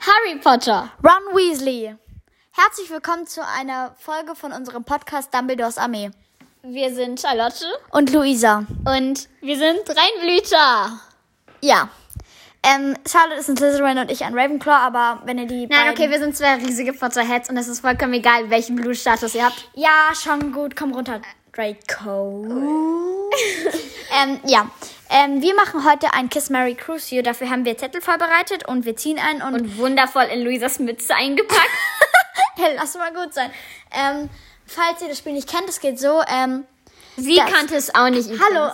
Harry Potter. Ron Weasley. Herzlich willkommen zu einer Folge von unserem Podcast Dumbledores Armee. Wir sind Charlotte Und Luisa. und wir sind Reinblüter. Ja. Ähm, Charlotte ist ein Slytherin und ich ein Ravenclaw, aber wenn ihr die Nein, beiden... okay, wir sind zwei riesige Potterheads und es ist vollkommen egal, welchen Blutstatus ihr habt. Ja, schon gut. Komm runter, Draco. ähm, ja. Ähm, wir machen heute ein Kiss, Mary, Cruise You. Dafür haben wir Zettel vorbereitet und wir ziehen einen und... Und wundervoll in Luisas Mütze eingepackt. hey, lass mal gut sein. Ähm, falls ihr das Spiel nicht kennt, es geht so, ähm... Sie Das- kannte es auch nicht. übrigens. Hallo.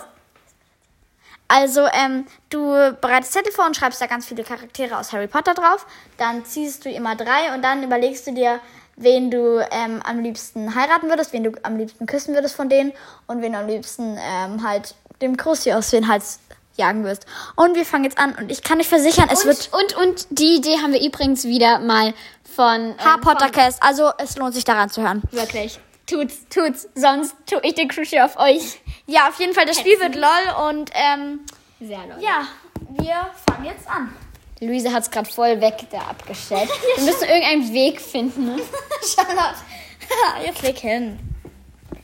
Also, ähm, du bereitest Zettel vor und schreibst da ganz viele Charaktere aus Harry Potter drauf. Dann ziehst du immer drei und dann überlegst du dir, wen du ähm, am liebsten heiraten würdest, wen du am liebsten küssen würdest von denen und wen du am liebsten ähm, halt dem Krusi aus den Hals jagen wirst. Und wir fangen jetzt an und ich kann euch versichern, es wird Und, und, und die Idee haben wir übrigens wieder mal von... Harry Potter Cast. Also, es lohnt sich daran zu hören. Von, wirklich. Tut's, tut's. Sonst tue ich den Crucio auf euch. Ja, auf jeden Fall, das Spiel wird lol und ähm, Sehr lol. ja, wir fangen jetzt an. Luise hat's gerade voll weg da abgestellt. Wir müssen irgendeinen Weg finden. Ne? Charlotte, jetzt leg hin.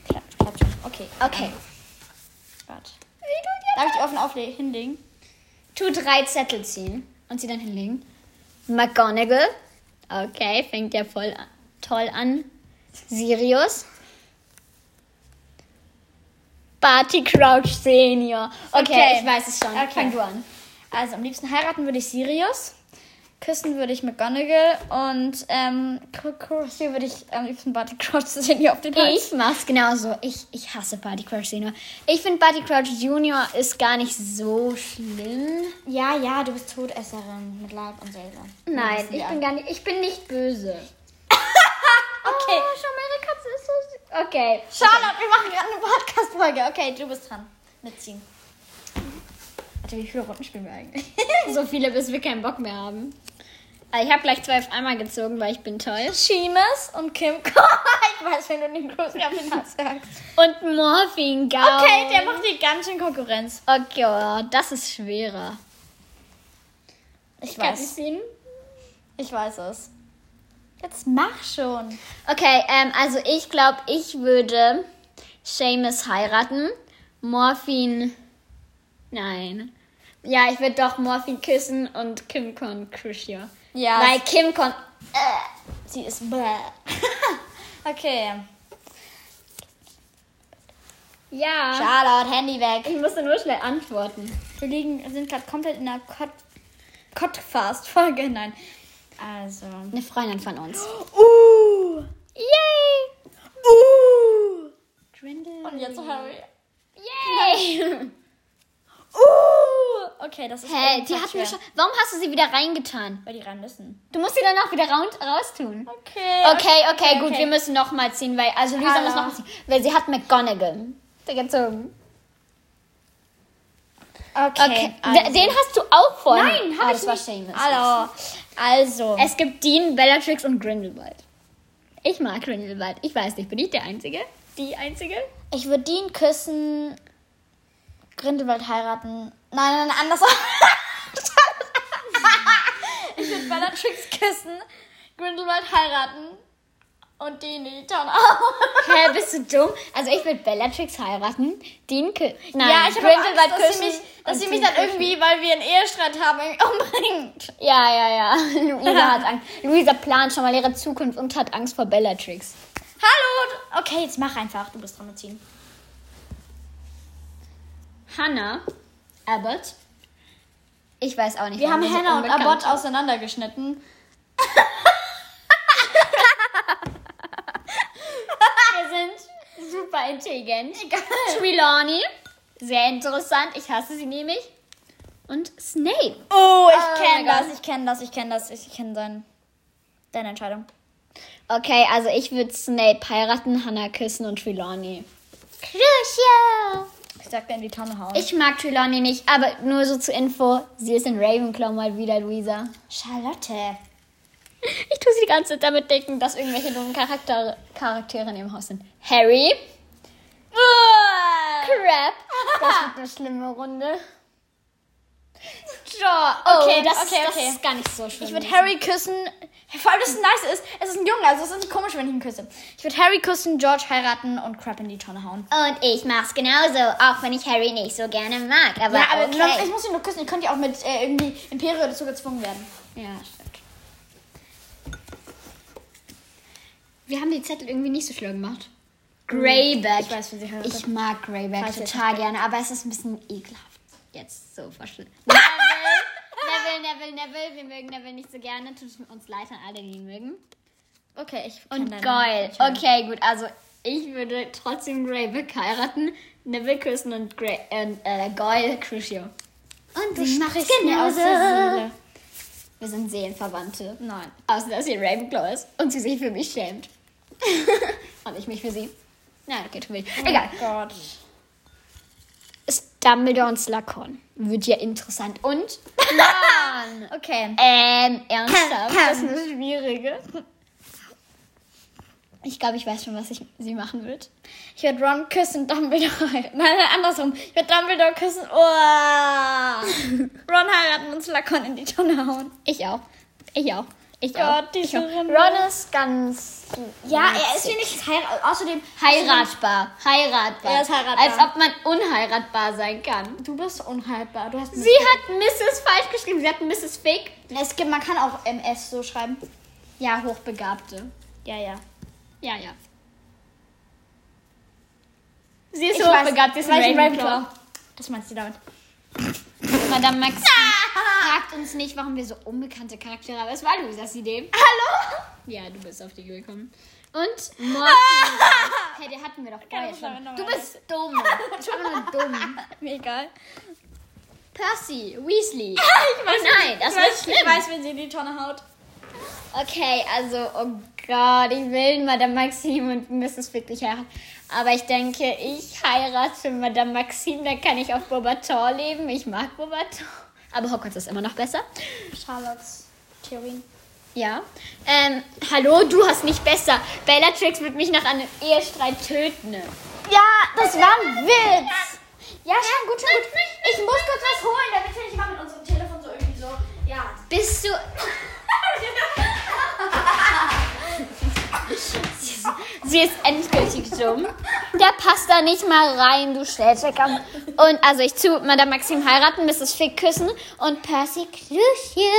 Klatsch, klatsch. Okay, okay. Warte. Darf ich die offen aufle- hinlegen? Tu drei Zettel ziehen und sie dann hinlegen. McGonagall. Okay, fängt ja voll an, toll an. Sirius. Barty Crouch Senior. Okay, Okay. ich weiß es schon. Okay. Fang du an. Also, am liebsten heiraten würde ich Sirius. Küssen würde ich McGonagall. Und, ähm, Crucio würde ich am liebsten Barty Crouch Senior auf den Hals. Ich mach's genauso. Ich, ich hasse Barty Crouch Senior. Ich finde Barty Crouch Junior ist gar nicht so schlimm. Ja, ja, du bist Todesserin mit Leib und Seele. Nein, ich bin gar nicht. Ich bin nicht böse. okay. Ah, schon meine Katze ist so süß. Okay. Charlotte, wir machen gerade eine Podcast-Folge. Okay, du bist dran. Mitziehen. Warte, wie viele Runden spielen wir eigentlich? So viele, bis wir keinen Bock mehr haben. Aber ich habe gleich zwei auf einmal gezogen, weil ich bin toll. Seamus und Kim Ich weiß, wenn du den großen auf den Hals sagst. Und Morphine Gown. Okay, der macht dir ganz schön Konkurrenz. Okay, oh, das ist schwerer. Ich Kann weiß. sehen? Ich weiß es. Jetzt mach schon. Okay, ähm, also ich glaube, ich würde Seamus heiraten. Morphine. Nein. Ja, ich würde doch Morphine küssen und Kim Con Crucio. Ja. Weil Kim Con. Äh. Sie ist bläh. okay. Ja. Charlotte, Handy weg. Ich musste nur schnell antworten. Wir liegen, sind gerade komplett in einer Codfast-Folge. Nein. Also. Eine Freundin von uns. Uh! Yay! Uh! Drindel. Und jetzt Harry. Yay! Uh! Okay, das ist. Hä, echt die hat mir schwer, schon. Warum hast du sie wieder reingetan? Weil die rein müssen. Du musst sie danach wieder raun raustun. Okay, Okay. okay, gut, wir müssen nochmal ziehen, weil. Also Luisa Carla. muss nochmal ziehen. Weil sie hat McGonagall. gezogen. Okay. Okay. also. D- Den hast du auch vorhin. Nein, hab ah, ich das war nicht. Seamus. Hallo. Also. Es gibt Dean, Bellatrix und Grindelwald. Ich mag Grindelwald. Ich weiß nicht, bin ich der Einzige? Die Einzige? Ich würde Dean küssen, Grindelwald heiraten. Nein, nein, anders. ich würde Bellatrix küssen, Grindelwald heiraten und Dean die Tonne auf. Hä, bist du dumm? Also ich will Bellatrix heiraten, Dean Kü Nein, ja, ich habe Grindelwald Angst, dass sie küssen mich, dass und sie mich Dean dann irgendwie, weil wir einen Ehestreit haben, irgendwie umbringt. küssen. Ja, ja, ja. Luisa hat Angst. Luisa plant schon mal ihre Zukunft und hat Angst vor Bellatrix. Hallo. Okay, jetzt mach einfach. Du bist dran mit Dean. Hannah Abbott. Ich weiß auch nicht. Wir warum haben so Hannah und unbekannt Abbott sind. auseinandergeschnitten. Wir sind super intelligent. Egal. Trelawney. Sehr interessant. Ich hasse sie nämlich. Und Snape. Oh, Oh ich mein kenn kenne Gott. das, ich kenne das, ich kenne das, ich kenne sein, deine Entscheidung. Okay, also ich würde Snape heiraten, Hannah küssen und Trelawney. Crucio! Ich sag dir in die Tonne hauen. Ich mag Trelawney nicht, aber nur so zur Info, sie ist in Ravenclaw mal wieder, Luisa. Charlotte. Ich tue sie die ganze Zeit damit denken, dass irgendwelche dummen Charaktere, Charaktere in ihrem Haus sind. Harry. Oh, Crap. Das wird eine schlimme Runde. Straw. Oh, Okay, das, okay, das okay. ist gar nicht so schlimm. Ich würde Harry küssen. Vor allem, das Nice ist, es ist ein Junge, also es ist komisch, wenn ich ihn küsse. Ich würde Harry küssen, George heiraten und Crap in die Tonne hauen. Und ich mach's genauso, auch wenn ich Harry nicht so gerne mag. Aber, Ja, aber okay. noch- ich muss ihn nur küssen. Ihr könnt ja auch mit äh, irgendwie Imperio dazu gezwungen werden. ja, stimmt. Wir haben die Zettel irgendwie nicht so schlimm gemacht. Greyback. Hm, Ich weiß, wie sie heiratet. Ich mag Greyback Weiß jetzt total gerne, aber es ist ein bisschen ekelhaft. Jetzt so verschlimm. Neville, Neville, Neville. Wir mögen Neville nicht so gerne. Tut uns leid an alle, die ihn mögen. Okay, ich Und Goyle. Okay, gut. Also ich würde trotzdem Greyback heiraten, Neville küssen und Grey, äh, äh, Goyle Crucio. Und du Sprichst mir aus der Seele. Wir sind Seelenverwandte. Nein. Außer dass sie Ravenclaw ist und sie sich für mich schämt. und ich mich für sie. Nein, okay, tut mir leid. Egal. Oh Gott. Ist Dumbledore und Slughorn. Wird ja interessant. Und? Okay. ähm, ernsthaft? Das ist eine schwierige. Ich glaube, ich weiß schon, was ich, sie machen wird. Ich würde Ron küssen, Dumbledore heiraten. Nein, nein, andersrum. Ich würde Dumbledore küssen. Oh. Ron heiraten und Slakon in die Tonne hauen. Ich auch. Ich auch. Ich Gott, auch. die ich auch. Surrender. Ron ist ganz Ja, er ist wenigstens heirat. Außerdem. heiratbar. Heiratbar. Er ist heiratbar. Als ob man unheiratbar sein kann. Du bist unhaltbar. Du hast Sie hat Mrs. falsch geschrieben. Sie hat Mrs. Fake. es gibt, man kann auch MS so schreiben. Ja, Hochbegabte. Ja, ja. Ja, ja. Sie ist Ich weiß, hochbegabt. Sie ist weiß ich, ein Ravenclaw. Ravenclaw. Das meinst du damit? Madame Max fragt uns nicht, warum wir so unbekannte Charaktere haben. Es war Luisas Idee. Hallo? Ja, du bist auf die Idee gekommen. Und Morty. hey, die hatten wir doch vorher das aber schon. noch Du mal bist dumm. Du bist einfach nur dumm. Mir egal. Percy, Weasley. Ich Oh nein, das Ich wird weiß, ich schlimm. weiß, wenn sie in die Tonne haut. Okay, also, oh Gott, ich will Madame Maxime und Mrs. wirklich heiraten. Aber ich denke, ich heirate Madame Maxime, dann kann ich auf Bobator leben. Ich mag Bobator. Aber Hogwarts ist immer noch besser. Charlottes Theorien. Ja. Ähm, hallo, du hast mich besser. Bellatrix wird mich nach einem Ehestreit töten. Ja, das war ein Witz. Ja, schon gut, schon gut. Ich muss kurz was holen, damit wir nicht mal mit unserem Telefon so irgendwie so. Ja. Bist du. Sie ist endgültig dumm. Der passt da nicht mal rein, du Schläfchecker. Und also ich zu Madame Maxim heiraten, Mrs. Fick küssen und Percy Crucio.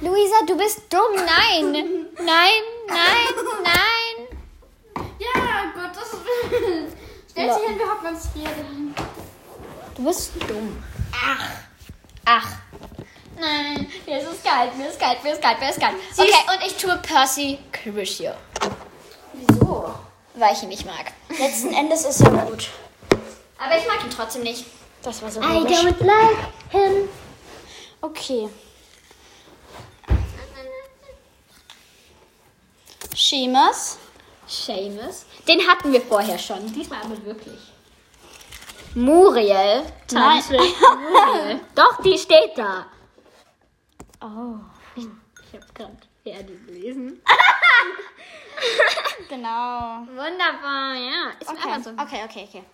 Luisa, du bist dumm. Nein. Nein, nein, nein. Ja, gut, das ist. Stellt sich hin, wir hocken uns hier hin. Du bist dumm. Ach. Ach. Nein, mir ist es kalt, mir ist kalt, mir ist kalt, mir ist kalt. okay, und ich tue Percy Crucio, Wieso? weil ich ihn nicht mag. Letzten Endes ist ja gut. Aber ich mag ihn trotzdem nicht. Das war so I logisch. don't like him. Okay. Schemas. Seamus. Den hatten wir vorher schon. Diesmal aber wirklich. Muriel. Tante Muriel. Doch, die steht da. Oh. Ich hab gerade fertig gelesen. Genau. Ah, also. Wunderbar, ja. Ist mir Okay, einfach so. okay, okay. okay.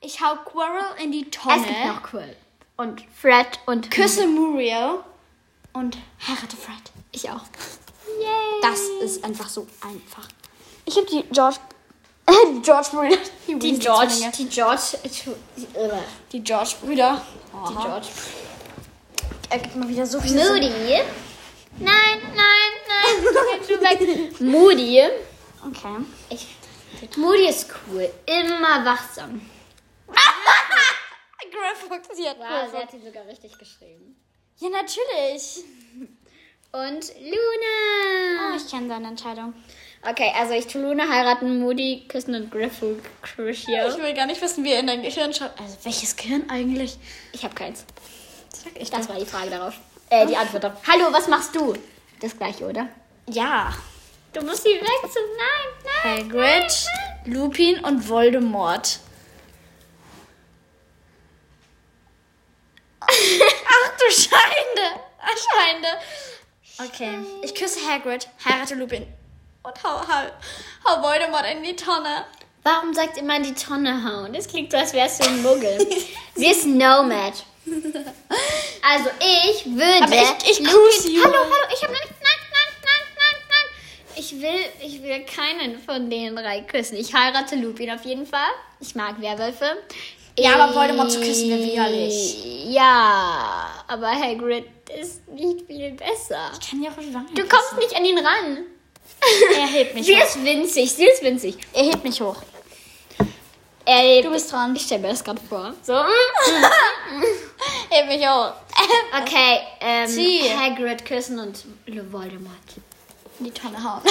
Ich hau Quirrell in die Tonne. Es gibt noch Quill. Und Fred und Küsse Muriel und heirate Fred. Ich auch. Yay. Das ist einfach so einfach. Ich habe die George. die George Brüder. die George, die George, die, äh, Die George Brüder. die George. Er gibt mal wieder so viele. Sinn. Moody. Nein, nein, nein. komm schon weg. Moody. Okay. Ich, Moody ist cool. Immer wachsam. Griffith, sie hat Griffith. die sogar richtig geschrieben. Ja, natürlich. Und Ah, Luna. ich kenne seine Entscheidung. Okay, also ich tue Luna heiraten, Moody küssen und Griffo Crucio. will gar nicht wissen, wie er in dein Gehirn schaut. Also, welches Gehirn eigentlich? Ich habe keins. Sag ich Das war die Frage darauf. Äh, die Antwort darauf. Hallo, was machst du? Das gleiche, oder? Ja. Du musst sie wechseln. Nein, nein. Hagrid, Lupin und Voldemort. Ach du Scheinde! Ach, Scheinde! Okay, ich küsse Hagrid, heirate Lupin und hau, hau, hau Voldemort in die Tonne. Warum sagt immer die Tonne hauen? Das klingt so, als wärst du ein Muggel. Sie ist Nomad. Also ich würde. Aber ich- ich Liquid- grüße you. Hallo, hallo, ich habe noch nicht. Nein, nein, nein, nein, nein. Ich will, ich will keinen von den drei küssen. Ich heirate Lupin auf jeden Fall. Ich mag Werwölfe. Ja, aber Voldemort zu küssen wäre widerlich. Ja, aber Hagrid ist nicht viel besser. Ich kann ja auch lange. Du kommst nicht an ihn ran. Er hebt mich Sie hoch. ist winzig, sie ist winzig. Er hebt mich hoch. Ey, Du bist dran. Ich stell mir das gerade vor. So. hm, Heb mich hoch. Okay, ähm, Sie. Hagrid küssen und Le Voldemort. In die Tonne hauen.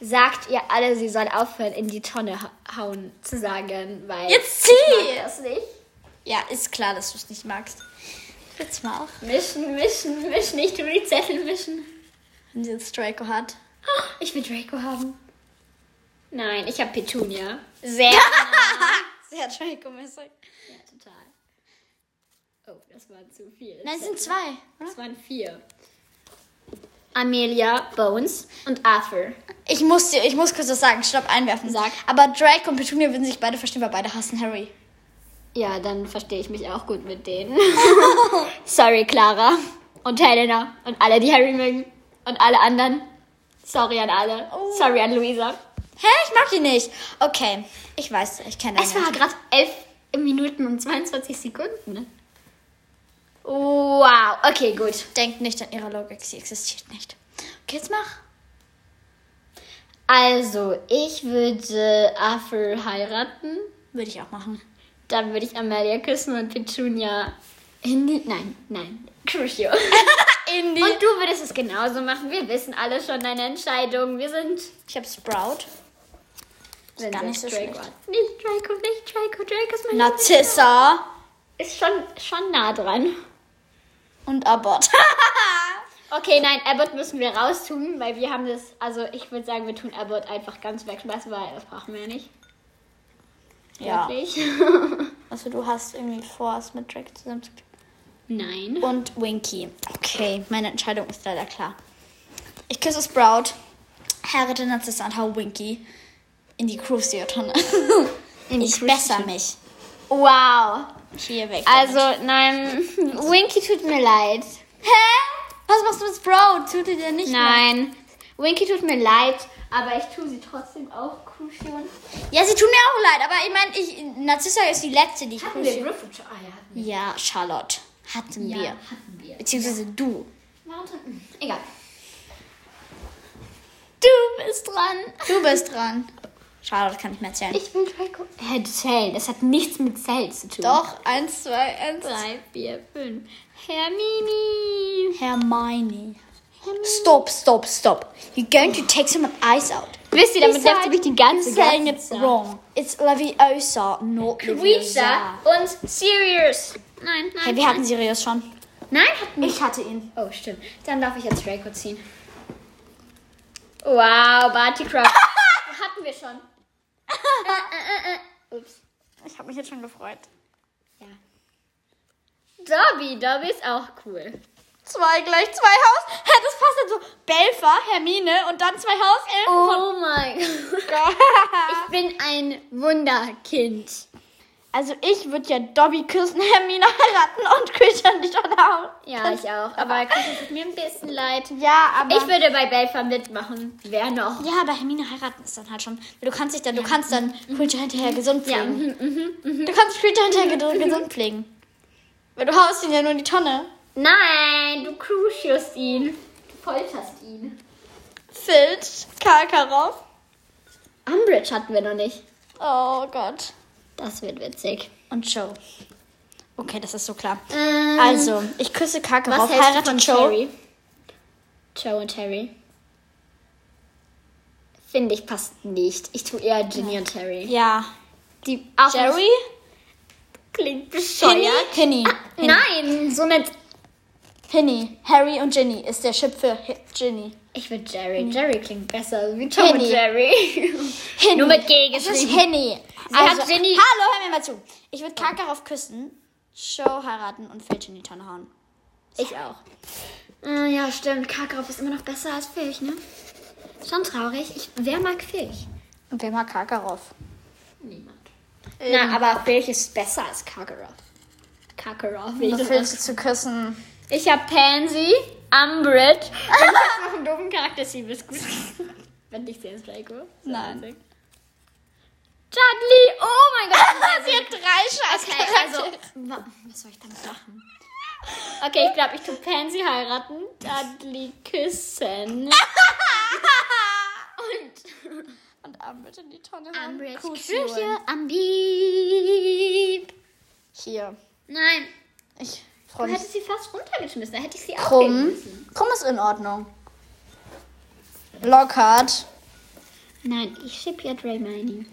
Sagt ihr alle, sie soll aufhören, in die Tonne ha- hauen zu sagen, weil. Jetzt Ich zieh! mag das nicht. Ja, ist klar, dass du es nicht magst. Jetzt mal auch. Mischen, mischen, mischen. Ich tue die Zettel mischen. Wenn sie jetzt Draco hat. Oh, Ich will Draco haben. Nein, ich habe Petunia. Sehr. ja, Sie hat Draco-mäßig. total. Oh, das war zu viel. Nein, es sind zwei. Oder? das waren vier. Amelia, Bones und Arthur. Ich muss, dir, ich muss kurz was sagen. Stopp, einwerfen. Sag. Aber Draco und Petunia würden sich beide verstehen, weil beide hassen Harry. Ja, dann verstehe ich mich auch gut mit denen. Sorry, Clara und Helena und alle, die Harry mögen. Und alle anderen. Sorry an alle. Oh. Sorry an Luisa. Hä? Ich mag die nicht. Okay. Ich weiß, ich kenne Es war gerade 11 Minuten und 22 Sekunden. Wow. Okay, gut. Denkt nicht an ihre Logik, sie existiert nicht. Okay, jetzt mach. Also, ich würde Arthur heiraten. Würde ich auch machen. Dann würde ich Amelia küssen und Petunia in die... Nein, nein. Crucio. In die. Und du würdest es genauso machen. Wir wissen alle schon deine Entscheidung. Wir sind... Ich habe Sprout. Wenn gar sie nicht so Draco schlecht. hat. Nicht Draco, nicht Draco. Draco ist mein Narzissa. Lieblings- Ist schon, schon nah dran. Und Abbott. Okay, nein, Abbott müssen wir raustun, weil wir haben das. Also, ich würde sagen, wir tun Abbott einfach ganz wegschmeißen, weil das brauchen wir nicht. ja. Wirklich. Also du hast irgendwie vor, es mit Draco zusammen zu nein. Und Winky. Okay, meine Entscheidung ist leider klar. Ich küsse Sprout, heirate Narzissa und hau Winky in die Crucio-Tonne. In die Ich Crucio. besser mich. Wow. Hier weg. Also, damit. nein. Winky tut mir leid. Hä? Was machst du mit Sprout? Tut dir der nicht Nein. Winky tut mir leid, aber ich tue sie trotzdem auch Crucian. leid? Ja, sie tun mir auch leid, aber ich meine, ich, Narzissa ist die letzte, die ich Hatten wir küsse. Gryffindor? Ah, ja, hatten Ja, Charlotte. Hatten wir. Ja, wir. hatten wir. Beziehungsweise du. Warum tun- Egal. Du bist Dran. Du bist dran. Charlotte kann ich mir erzählen. Ich will Draco. Herr Zell, das hat nichts mit Zell zu tun. Doch, eins, zwei, eins. Drei, vier, fünf. Hermini. Hermione. Stop, stop, stop. You're going to take someone eyes out. Wisst ihr, damit Besides, nervt ihr mich die ganze You're saying it ganze Zeit. wrong. It's Leviosa, not Weezer Leviosa. und Sirius. Nein, nein. Hey, wir hatten Sirius schon. nein, hatten wir. Ich hatte ihn. Oh, stimmt. Dann darf ich jetzt Draco ziehen. Wow, Barty Crouch. hatten wir schon. Äh, äh, äh, äh. Ups. Ich habe mich jetzt schon gefreut. Ja. Dobby, Dobby ist auch cool. Zwei gleich zwei Haus. Hä, das passt dann so. Belfer, Hermine und dann zwei Hauselfen Oh mein Gott. von Ich bin ein Wunderkind. Also ich würde ja Dobby küssen, Hermine heiraten und Christian dich anhauen. Ja, ich auch. Aber Christian tut mir ein bisschen leid. Ja, aber... Ich würde bei Belfer mitmachen. Wer noch? ja, aber Hermine heiraten ist dann halt schon. Du kannst dich dann, du kannst dann Creature hinterher gesund Ja, pflegen. mhm, mhm. Du kannst Creature hinterher ged- gesund pflegen. Weil du haust ihn ja nur in die Tonne. Nein, du crucius ihn. Du polterst ihn. Filch, Karkaroff. Umbridge hatten wir noch nicht. Oh Gott. Das wird witzig. Und Joe. Okay, das ist so klar. Ähm, Also, ich küsse was Karkaroff, hältst du heirate von Joe. Terry? Joe und Terry. Finde ich passt nicht. Ich tue eher Ginny und Terry. Ja. Die auch Jerry? klingt Hinny? bescheuert. Hinny. Hinny. Nein, so nicht. Hinny. Harry und Ginny ist der Chip für Hi- Ginny. Ich will Jerry. Jerry klingt besser wie Tom und Penny. Jerry. Hinny. Nur mit G Es ist geschrieben. Also Henny. Also, Sie hat Ginny- Hallo, hör mir mal zu. Ich würde Karkaroff küssen, Show heiraten und Filch in die Tonne hauen. Ich auch. Äh, Ja, stimmt. Karkaroff ist immer noch besser als Filch, ne? Schon traurig. Ich, wer mag Filch? Und wer mag Karkaroff? Ähm. Niemand. Na, aber Filch ist besser als Karkaroff. Kakarov. Wie ich Du das willst aus- um zu küssen. ich habe Pansy, Umbridge. Wenn das noch einen doofen Charakter ist, ist gut. Wenn nicht sehr Draco. So Nein. witzig. Chudley, oh mein Gott. Sie hat drei Scheiße. Okay, also, wa- was soll ich damit machen? Okay, ich glaube, ich tue Pansy heiraten, Dudley küssen und Und Umbridge in die Tonne. hauen. Umbridge Kuss Küche holen. am Dieb. Hier. Nein, Ich du freue mich. hättest sie fast runtergeschmissen, da hätte ich sie auch Krumm. Krumm ist in Ordnung. Lockhart. Nein, ich schieb ja Draymond.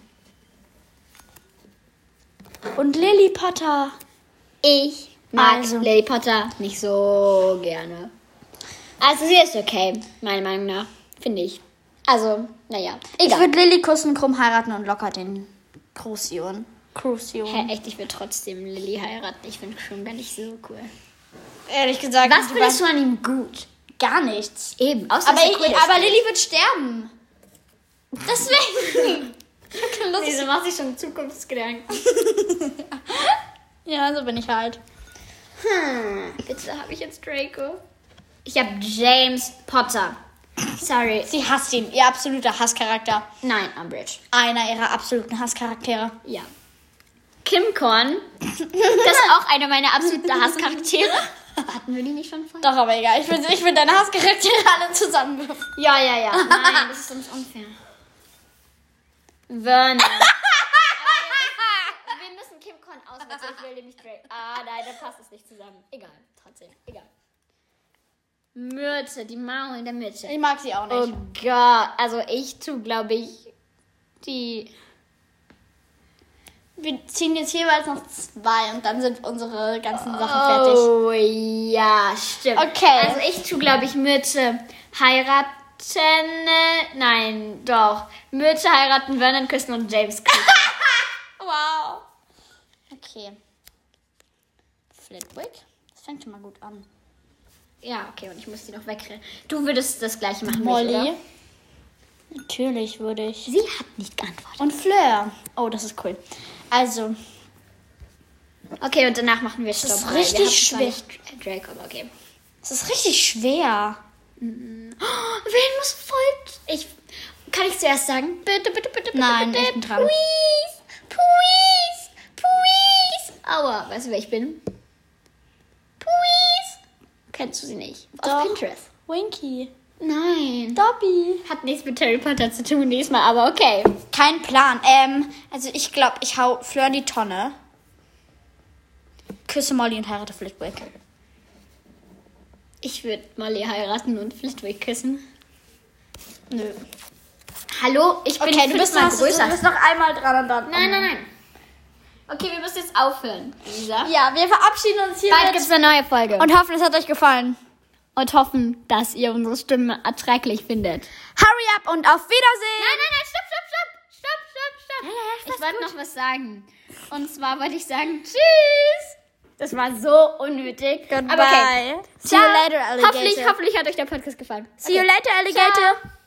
Und Lily Potter. Ich mag Also. Lily Potter nicht so gerne. Also sie ist okay, meiner Meinung nach, finde ich. Also, naja, Ich egal. würde Lily kussen, Krumm heiraten und Lockhart den Crucian. Crucian. Hä, echt, ich will trotzdem Lily heiraten. Ich finde schon gar nicht so cool. Ehrlich gesagt, Was die findest du an ihm gut? waren gar nichts. Eben, außer Aber, dass er ich, cool ist. aber Lily wird sterben. Deswegen. Ich hab keine Lust. Wieso macht sich schon Zukunftsgedanken? Ja, so bin ich halt. Hm, bitte habe ich jetzt Draco. Ich habe James Potter. Sorry. Sie hasst ihn. Ihr absoluter Hasscharakter. Nein, Umbridge. Einer ihrer absoluten Hasscharaktere. Ja. Kim Korn. Das ist auch einer meiner absoluten Hasscharaktere. Hatten wir die nicht schon vorher? Doch, aber egal. Ich will, ich will deine Hasscharaktere alle zusammenwürfen. Ja, ja, ja. Nein, das ist uns unfair. Vernon. Aber Wir müssen- wir müssen Kim Korn auswechseln. Ich will nämlich Drake. Ah, nein, da passt es nicht zusammen. Egal, trotzdem. Egal. Myrte, die Mauer in der Mitte. Ich mag sie auch Oh nicht. Gott, also ich tu, glaube ich, die. Wir ziehen jetzt jeweils noch zwei und dann sind unsere ganzen Sachen Oh ja, stimmt. Okay. Also ich tu, glaube ich, Myrte heiraten. äh, Nein, doch. Myrte heiraten, Vernon küssen und James küssen. Wow. Okay. Flitwick. Das fängt schon mal gut an. ja, okay, und ich muss die noch wegrennen. Du würdest das gleiche machen, Mich, Molly. oder? Natürlich würde ich. Sie hat nicht geantwortet. Und Fleur. Oh, das ist cool. Also, Okay, und danach machen wir Stopp. ist weil wir haben richtig zwar schwer. nicht äh, Draco, aber okay. es ist richtig schwer. Oh, wen muss folgt? Ich. Kann ich zuerst sagen? Bitte, bitte, bitte, bitte. Nein, bitte, ich bin dran. Please, please, please. Aua, weißt du, wer ich bin? Please. Kennst du sie nicht? Auf Doch. Pinterest. Winky. Nein. Dobby. Hat nichts mit Harry Potter zu tun diesmal, aber okay. Kein Plan. Ähm, also ich glaube, ich hau Fleur in die Tonne. Küsse Molly und heirate Flitwick. Ich würde Molly heiraten und Flitwick küssen. Nö. Hallo, ich bin Okay, du bist, mal noch, du größer. bist noch einmal dran und dann. Nein, nein, nein. Okay, wir müssen jetzt aufhören, Lisa. Ja, wir verabschieden uns hier. Bald gibt's eine neue Folge. und hoffen, es hat euch gefallen. und hoffen, dass ihr unsere Stimme erträglich findet. Hurry up und auf Wiedersehen. Nein, nein, nein, stopp, stopp, stopp, stopp, stopp, stopp. ich wollte noch was sagen. Und zwar wollte ich sagen, tschüss. Das war so unnötig. Goodbye. Aber okay. See you Ciao. later, Alligator. Hoffentlich, hoffentlich hat euch der Podcast gefallen. See you later, Alligator. Ciao.